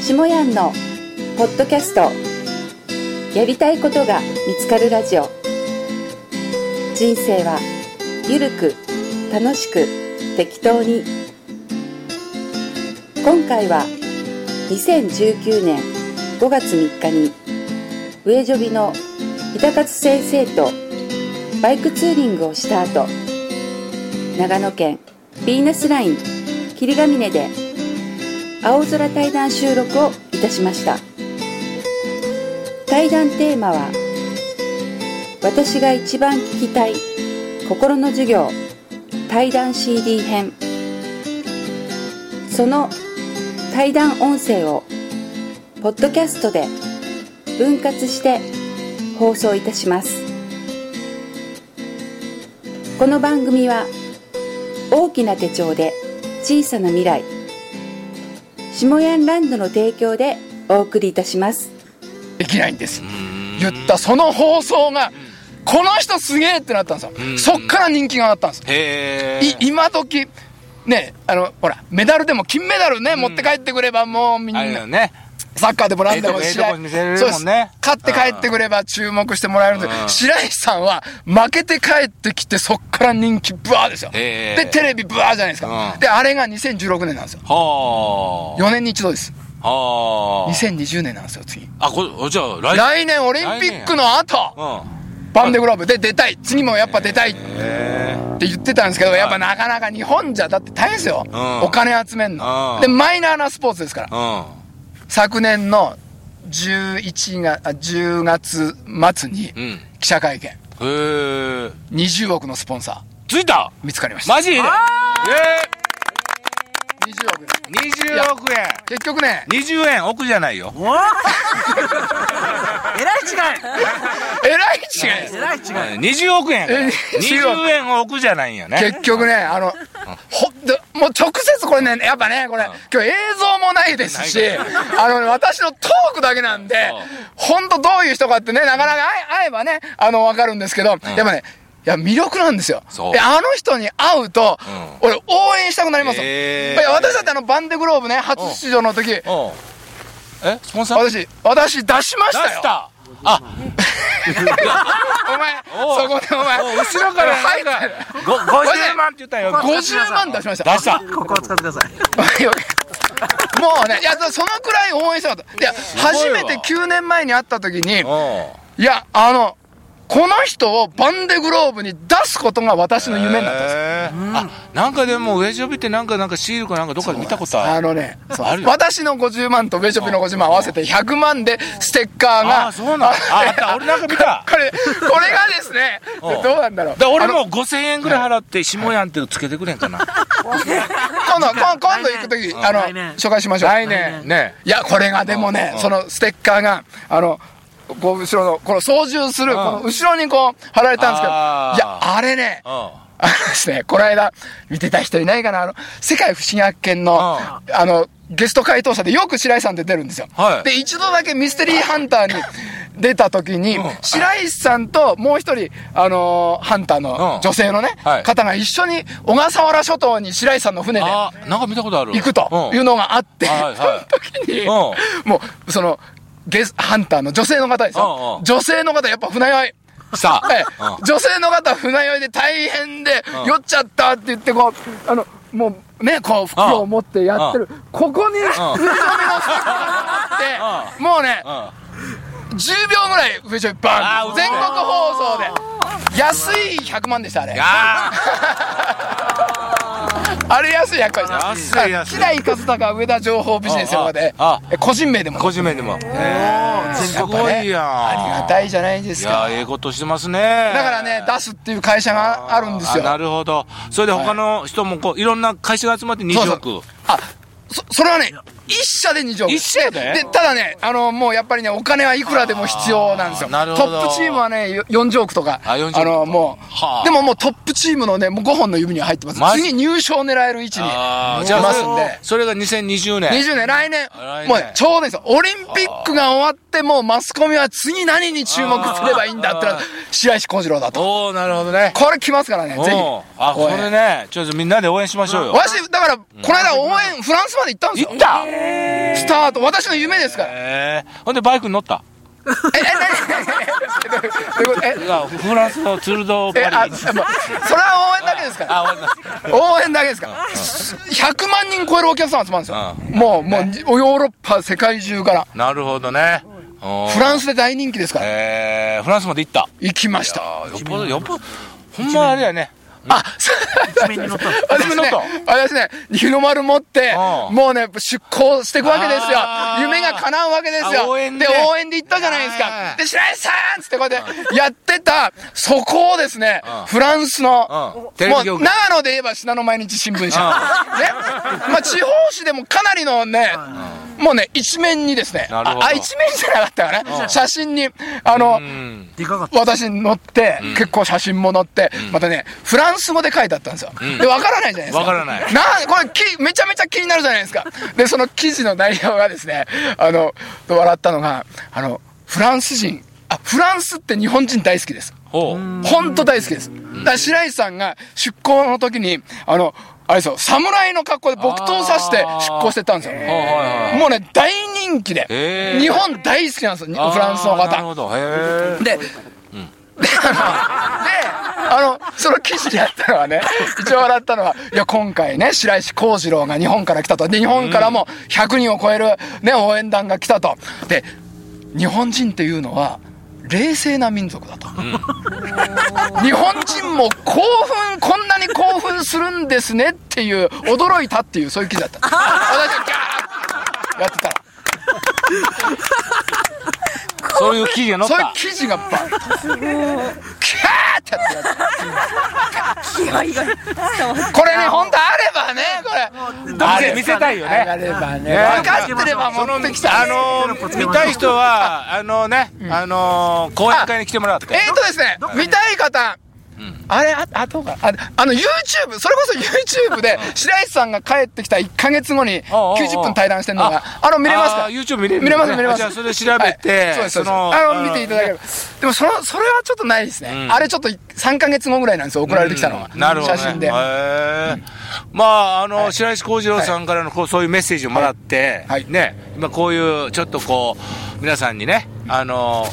しもやんのポッドキャストやりたいことが見つかるラジオ人生はゆるく楽しく適当に今回は2019年5月3日に上ジョビの板勝先生とバイクツーリングをした後長野県ビーナスライン霧ヶ峰で青空対談収録をいたしました対談テーマは「私が一番聞きたい心の授業対談 CD 編」その対談音声をポッドキャストで分割して放送いたしますこの番組は大きな手帳で小さな未来下ヤンランドの提供でお送りいたしますできないんです言ったその放送がこの人すげえってなったんですよそっから人気が上がったんですへい今時ねあのほらメダルでも金メダルね、持って帰ってくればもうみんあなれだよねサッカーでもなんでもええと試こええと合こ見せれるもんねそうです勝って帰ってくれば注目してもらえるんですうん白石さんは負けて帰ってきてそっから人気ブワーですよ、ええでテレビブワーじゃないですか、うんであれが2016年なんですよは4年に一度ですあはあ2020年なんですよ次あこじゃあ来来年オリンピックの後うんバンデグローブで出たい次もやっぱ出たいってへえ言ってたんですけどやっぱなかなか日本じゃだって大変ですようんお金集めんのうんでマイナーなスポーツですからうん昨年の11があ10月末にうんへ記者会見え20億のスポンサついたー見つかりましたマジでえ20億ですえ20億円結局ね20円億じゃないよえらい違いえらい違いですえらい違い20億円え20円億じゃないんやね結局ねあのほんともう直接これねやっぱねこれ今日映像もないですしないあのね私のトークだけなんでうん本当どういう人かってねなかなか会え会えばねあの分かるんですけどやっぱねいや魅力なんですよそうであの人に会うと、俺応援したくなりますよ、へーいや私だってあのバンデグローブね初出場の時、うんえスポンサー私私出しましたよ出したあお前おうそこでお前おう後ろから入ってるご50万って言ったよ50万出しました出したここを使ってくださいも うねいやそのくらい応援したかったいや初ごいわめて9年前に会った時にうんいやあのこの人をバンデグローブに出すことが私の夢になったんですへーあなんかでもウェジョビってなんかなんかシールかなんかどっかで見たことああるのねそうあるよ私の50万とベショピの50万合わせて100万でステッカーがあそうなんああった俺なんか見た これこれがですねうんどうなんだろうで俺も5000円ぐらい払って下やんっていうのつけてくれんかな 今度今今度行く時あの来年紹介しましょう来年ねいやこれがでもねうんそのステッカーがあのこう後ろのこの操縦するうんこの後ろにこう貼られたんですけどいあーやあれねうんああのですねこの間見てた人いないかなあの「世界不思議発見の」あのゲスト回答者でよく白石さんって出るんですよ、はいで一度だけミステリーハンターに出た時に、うん白石さんともう一人、あのーハンターのうん女性のね、はい方が一緒に小笠原諸島に白石さんの船でなんか見たことある行くというののがあって、はいはいその時に、うんもうそのゲスハンターの女性の方ですうんよ、うん女性の方やっぱ船酔い、さええあ女性の方船酔いで大変で、うん酔っちゃったって言ってこうあのもうねこう袋を持ってやってる、ここに上うん上目の袋があって、もうね、うん10秒ぐらい上上バあンー全国放送で安い100万でしたあれああれ安い100万でした安い安い木内和孝上田情報ビジネスの方でああえ個人名でも個人名でもすごいやんありがたいじゃないでいすやかーええことしてますねだだからね出すっていう会社があるんですよなるほどそれで他の人もこういろんな会社が集まってそうそ20う億あそそれはね一社で2条一社でただねあのもうやっぱりねお金はいくらでも必要なんですよあーなるほどトップチームはねよ40億とかあ40億のもう、はあでももうトップチームのねもう5本の指には入ってますマジ次入賞狙える位置にいあまあじゃあすんでそれが2020年20年来年来年もうねちょうどですよオリンピックが終わってもうマスコミは次何に注目すればいいんだってのはあー白石幸次郎だとおおなるほどねこれ来ますからねぜひおうあ応こ援れねちょっとみんなで応援しましょうよ私だからこの間応援フランスまで行ったんですよ行ったスタート私の夢ですからええー、ほんでバイクに乗ったえ何どういうことえいやフランスのツール・ド・えあパもリうそれは応援だけですからあ終わりま応援だけですから100万人超えるお客さん集まるんですようもうもうヨーロッパ世界中からなるほどねフランススで大人気ですからえー、フランスまで行った行きましたあーよっぽどよっぽどほんまあれやねあ、そう面に乗った私ね一面に乗っ、私ね、日の丸持って、うんもうね、出航していくわけですよあ。ー夢が叶うわけですよ。あ応援でで応援で行ったじゃないですはか。いで、白石さんっつってこうやってやってた、そこをですねうん、フランスの、うんもうテレビ局長野で言えば信濃毎日新聞社。ね。まあ、地方紙でもかなりのね、もうね、一面にですね、なるあほ、どあ一面じゃなかったかうね、ん写真に、あのう、んでかかった。私に乗って、結構写真も載って、またね、フランス語で書いてあったんですよ。んで、わからないじゃないですか。わからないなんこれき、めちゃめちゃ気になるじゃないですか。で、その記事の内容がですね、あの、笑ったのが、あの、フランス人、あ、フランスって日本人大好きです。ほうほんと大好きです。だから白石さんが出航の時に、あの、あれですよ、侍の格好で木刀を刺して出航してったんですよ。はいはいはいもうね、大人気で、へー日本大好きなんですよ、あーフランスのなる方。ほどへで、えで、あの、で、あの、その記事でやったのはね、一応笑ったのは、いや、今回ね、白石幸次郎が日本から来たと。で、日本からも100人を超えるね、応援団が来たと。で、日本人っていうのは、冷静な民族だと。日本人も興奮、こんなに興奮するんですねっていう、驚いたっていう、そういう記事だった。私がガーッやってたら。そういう記事が載っそういうた記事がバンと。キャーってやってやった。これね、本当あればね、これ。あれ見せたいよねあればね。ね分かってれば持ってきた。あのー見たい人はあのね、あのー講演会に来てもらってえっとですね、見たい方。あれああどうかああの YouTube それこそ YouTube で白石さんが帰ってきた1か月後におうおうおう90分対談してるのがあの見れますかあー YouTube 見れる見れますね見れますじゃあそれ調はべていそうですそうですそのああのの見ていただければでもそのそれはちょっとないですね、うんあれちょっと3か月後ぐらいなんですよ送られてきたのが、うんなるほど、ね、写真でへえまああの、白石幸次郎さんからのこうそういうメッセージをもらって、はいはいね今こういうちょっとこう皆さんにねあの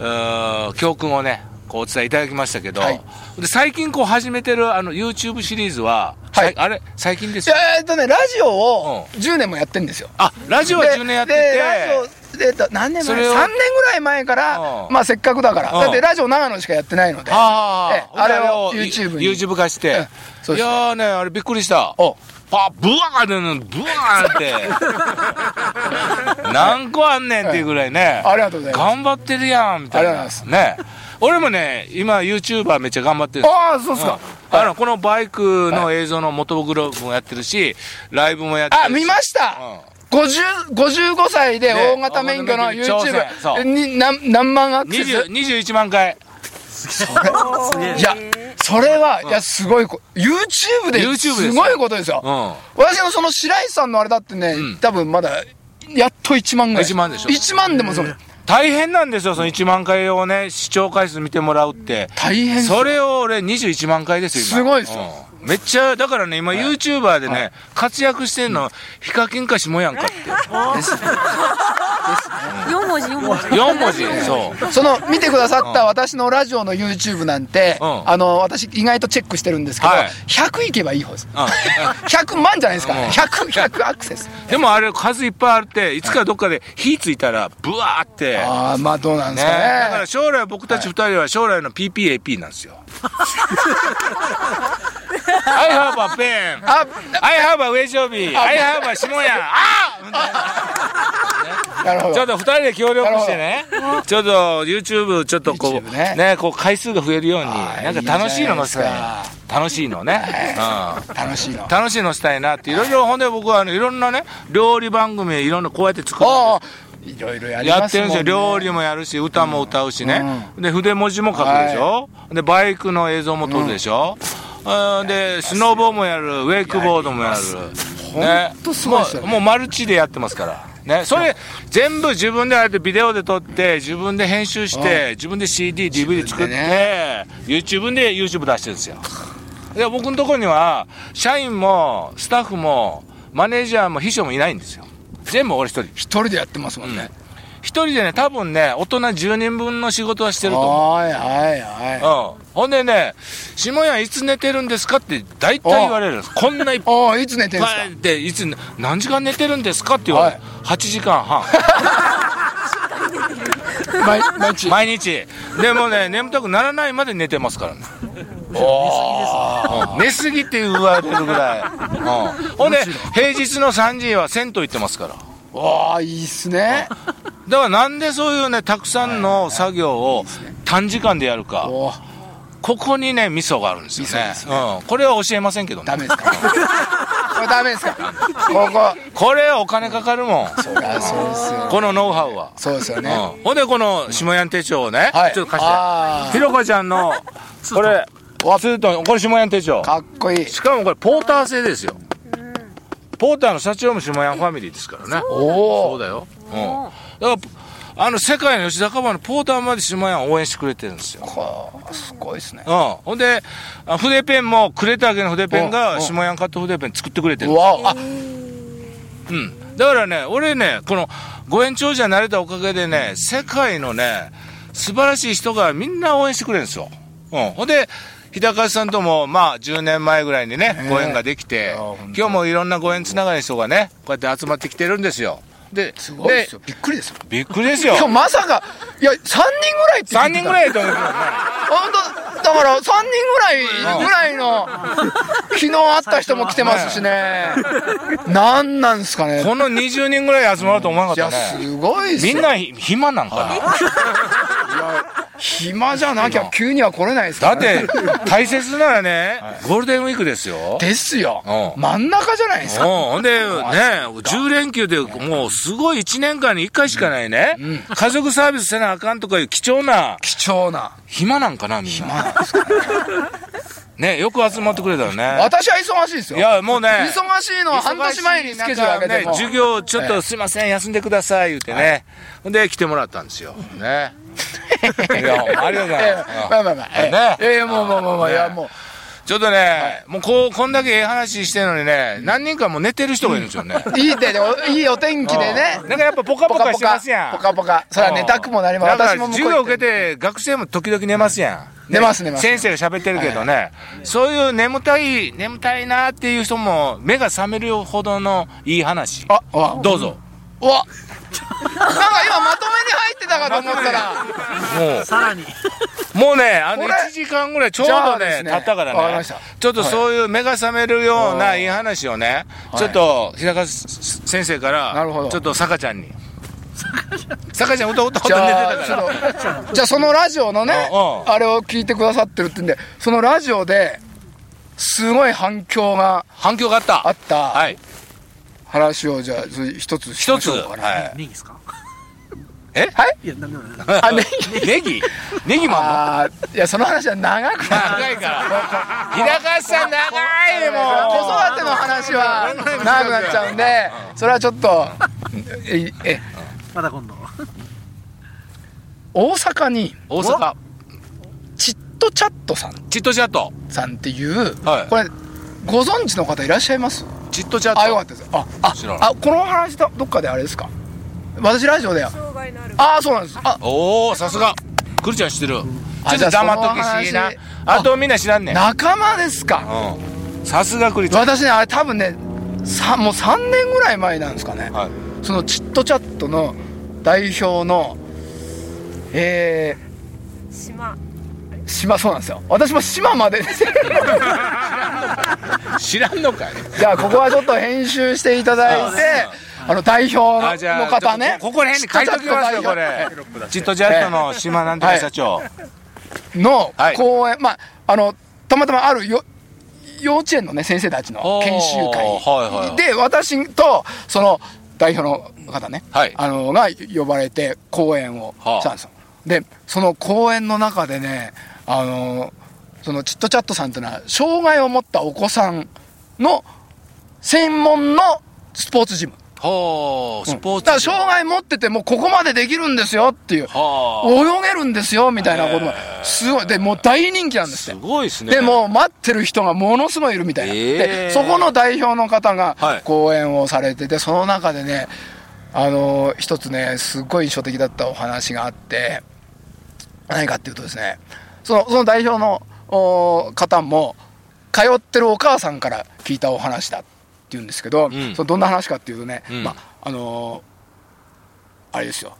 うー教訓をねこうお伝えいただきましたけど、はいで最近こう始めてるあの YouTube シリーズは、はいさあれ最近ですよえーっとねラジオを10年もやってんですよ、あラジオはで10年やってでラてジオでえっと何年そ前 ?3 れを年ぐらい前から、うんまあせっかくだから。うんだってラジオ長野しかやってないので。あええあれを YouTube に YouTube 化して、ええそういですやーねあれびっくりしたおパブワーでのブワー って何個あんねんっていうぐらいねありがとうございます。頑張ってるやんみたいなありがとね俺もね今 YouTuber めっちゃ頑張ってるんですよああ、そうっすか。あのこのバイクの映像の元ブログもやってるしライブもやってるしあ、見ました50 55歳で大型免許のね大型免許に挑戦そ YouTube うに何何万アクセ20ス21万回すげえい。やそれはいやすごいこ YouTube で YouTube ですよすごいことですようん私のその白石さんのあれだってねうん多分まだやっと1万ぐらい1万でしょ1万でもそう大変なんですよその1万回をね視聴回数見てもらうって大変ですよそれを俺21万回ですよ今すごいですようんめっちゃだからね今 YouTuber でね、活躍してんの、ヒカキンかシモヤンかって四文字四文字4文字そうその見てくださった私のラジオの YouTube なんて、うんあの私意外とチェックしてるんですけど、はい100いけばいい方ですうん100万じゃないですかうん100 100アクセスでもあれ数いっぱいあるっていつかどっかで火ついたらブワーってねああまあどうなんですかねだから将来僕たち2人は将来の PPAP な んですよ I have a pen あ I have a ウェジョビ I have a シモヤンああなるほど ちょっと二人で協力してね、ちょっと YouTube ちょっとこ YouTube う、ねねこう回数が増えるように、あなーんか楽しいの載せたいいいじゃないなで楽しいのね。うん楽しいの楽しいのしたいなって、いろいろ、ほんで僕はあのいろんなね、料理番組、いろんなこうやって作るんですおーいろいろやりやまっすてもるん、んね、ですよ。料理もやるし、歌も歌うしね。で、筆文字も書くでしょ。で、バイクの映像も撮るでしょ。うんで、スノーボーもやる、ウェイクボードもやる。ねほんとすごいですよねもうもうマルチでやってますから。ね、それ全部自分であえてビデオで撮って自分で編集して自分で CD、DVD 作って、YouTube で YouTube 出してるんですよで僕のところには社員もスタッフもマネージャーも秘書もいないんですよ全部俺一人一人でやってますもんね、一人でね多分ね大人10人分の仕事はしてると思うはいはいはいうん、ほんでね「下屋いつ寝てるんですか?」って大体言われるんですこんないっああいつ寝てんすぱかいでいつ何時間寝てるんですかって言われる、8時間 半毎毎日毎日でもね眠たくならないまで寝てますからねおー寝すぎって言われるぐらい、うん、ほんで平日の3時は銭湯行ってますからわあいいっすねだからなんでそういうねたくさんの作業を短時間でやるかおおここにね味噌があるんですよ味噌ねですうん、これは教えませんけどダねメですかこれダメですかこここれはお金かかるもんそうだそうですよこのノウハウは、そうですよね、うん、ほんでこの下屋手帳をね、はいちょっと貸あしてひろこちゃんの これツートンこれ下屋手帳かっこいいしかもこれポーター製ですよ、ポーターの社長も下屋ファミリーですからねおそうおだよ、うん、だからあの世界の吉田カバのポーターまで下屋を応援してくれてるんですよこうすごいですねうん、ほんであ筆ペンもクレタゲの筆ペンうんうがん下屋カット筆ペン作ってくれてるうわあうん、だからね、俺ね、このご縁長者になれたおかげでね、世界のね、素晴らしい人がみんな応援してくれるんですよ。うん、ほんで、日高さんとも、まあ、10年前ぐらいにね、ご縁ができていや、本当今日もいろんなご縁つながりの人がね、こうやって集まってきてるんですよ。で、すごいですよびっくりですよでびっくり ですよ。今日まさかいや3人ぐらいって3人ぐいらいと思うけどね。本当だから3人ぐらいぐらいの昨日会った人も来てますしねなんなんすかねこの20人ぐらい集まると思わないかやったね。すごいっすみよんなひ暇なんか暇じゃなきゃ急には来れないですかな。だらっねて、大切ならね、ゴールデンウィークですよ。ですようん真ん中じゃないですうんかほんで、ね、10連休でもうすごい1年間に1回しかないね、家族サービスせなあかんとかいう貴重な貴重な暇なんかな、みんな。 ね、よく集まってくれたよね。私は忙しいですよいや、もうね、忙しいのは半年前にスケジュール上げてねも、授業ちょっとすいません、休んでください、言うてね。ほんで、来てもらったんですよ。ね。 いや、ありがとうございます。ええまあまあまあええねええもうもうもうもういやもうちょっとね、もうこう、こんだけええ話してるのにね、何人かもう寝てる人がいるんですよね。いいでいいお天気 でねうんなんかやっぱポカポカしてますやん。ポカポカそれは寝たくもなりますだから私も向こう授業行っ受けて学生も時々寝ますやん。寝ます寝ます先生が喋ってるけどね、そういう眠たい、眠たいなっていう人も目が覚めるほどのいい話。ああどうぞ。 うわなんか今まとめに入ってたかと思ったらもさらに。う、もうね、あのこれ1時間ぐらいちょうじゃどあですね、ね経ったかわかりらまねした、ちょっとそういう目が覚めるようはないいい話をね、はいちょっと平川先生かなるほどら、ちょっと坂ちゃんに。坂ちゃん、歌、歌、じ歌寝てゃたあかちら。ょっとじゃあそのラジオのねうんうんあれを聞いてくださってるってんでそのラジオですごい反響が反響があった。あったはい。話をじゃあ一つし一まつ。しょうかねはい。ネギですかえはいいや、なんでもない。あネネギネギもああーいやその話は長くんのなる長いから平川さん長いもう子育ての話は長くなっちゃうんでそれはちょっとええまた今度。大阪に大阪チットチャットさんチットチャットさんっていう、はいこれご存知の方いらっしゃいますチットチャッあよかトったですああ知らないあこの話どどっかであれですか私ラジオであ障害のあるあーそうなんですあおおさすがくるちゃん知ってるあちょっと黙っときしじいゃあそのな話あとみんな知らんねん仲間ですかうんさすがくるちゃん私ねあれ多分ねさもう3年ぐらい前なんですかね、はいそのチットチャットの代表のえー島島そうなんですよ私も島までね知らんのかいじゃあここはちょっと編集していただいてあの代表あじゃのあ方ねこここら辺に書いときますよこれチットチャットの島なんとか社長のはい公演、まああのたまたまあるよ幼稚園のね先生たちのおー研修会はいはいで私とその代表の方ね、はいあのが呼ばれて講演をはあしたんですよ、でその講演の中でねあのそのチットチャットさんというのは障害を持ったお子さんの専門のスポーツジムほうスポーツだから障害持っててもここまでできるんですよっていうは泳げるんですよみたいなことがすごいでもう大人気なんあですすよごいですねでもう待ってる人がものすごいいるみたいな、えでーそこの代表の方がはい講演をされててその中でねあの一つねすごい印象的だったお話があって何かっていうとですねそのその代表のお方も通ってるお母さんから聞いたお話だっていうんですけど、んそのどんな話かっていうとね、うんまああのーあれですよ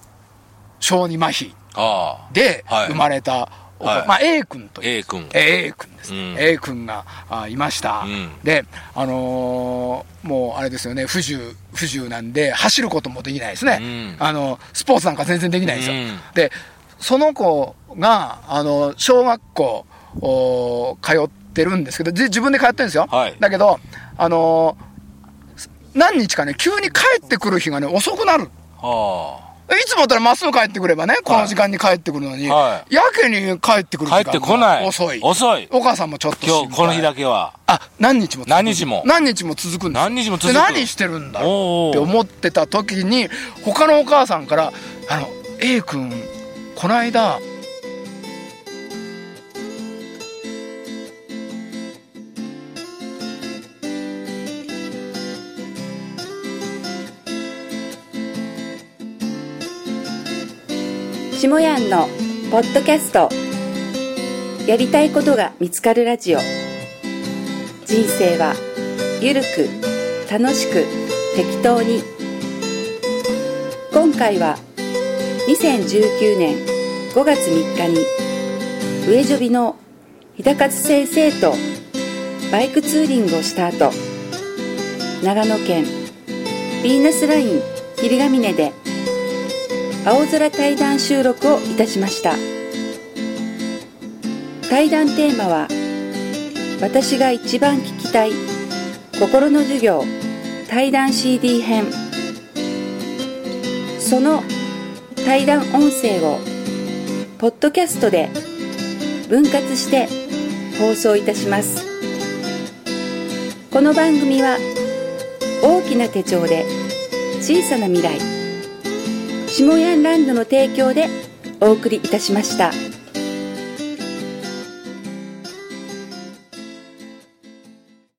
小児麻痺ああ。ではい生まれたお子、はいまあ、A 君という A 君。えー A 君ですね、うん A 君があいました、うんであのーもうあれですよね不自由不自由なんで走ることもできないですね、うんあのスポーツなんか全然できないんですよ、うんでその子があの小学校お通ってるんですけどじ自分で通ってるんですよ、はいだけどあのー何日かね急に帰ってくる日がね遅くなるあいつもだったらまっすぐ帰ってくればね、この時間に帰ってくるのに、はやけに帰ってくるあ。時帰ってこ間ない。が遅い。遅い。お母さんもちょっと今日、この日だけ。けは。あ、何日も続く何日も何日も続くんですよ何日も続くで何してるんだろおうおううって思ってた時に、他のお母さんから、あの、A 君、この間、しもやんのポッドキャストやりたいことが見つかるラジオ人生はゆるく楽しく適当に今回は2019年5月3日に上ジョビの日高津先生とバイクツーリングをした後長野県ヴィーナスライン霧ヶ峰で青空対談収録をいたしました対談テーマは「私が一番聞きたい心の授業対談 CD 編」その対談音声をポッドキャストで分割して放送いたしますこの番組は大きな手帳で小さな未来下ヤンランドの提供でお送りいたしました。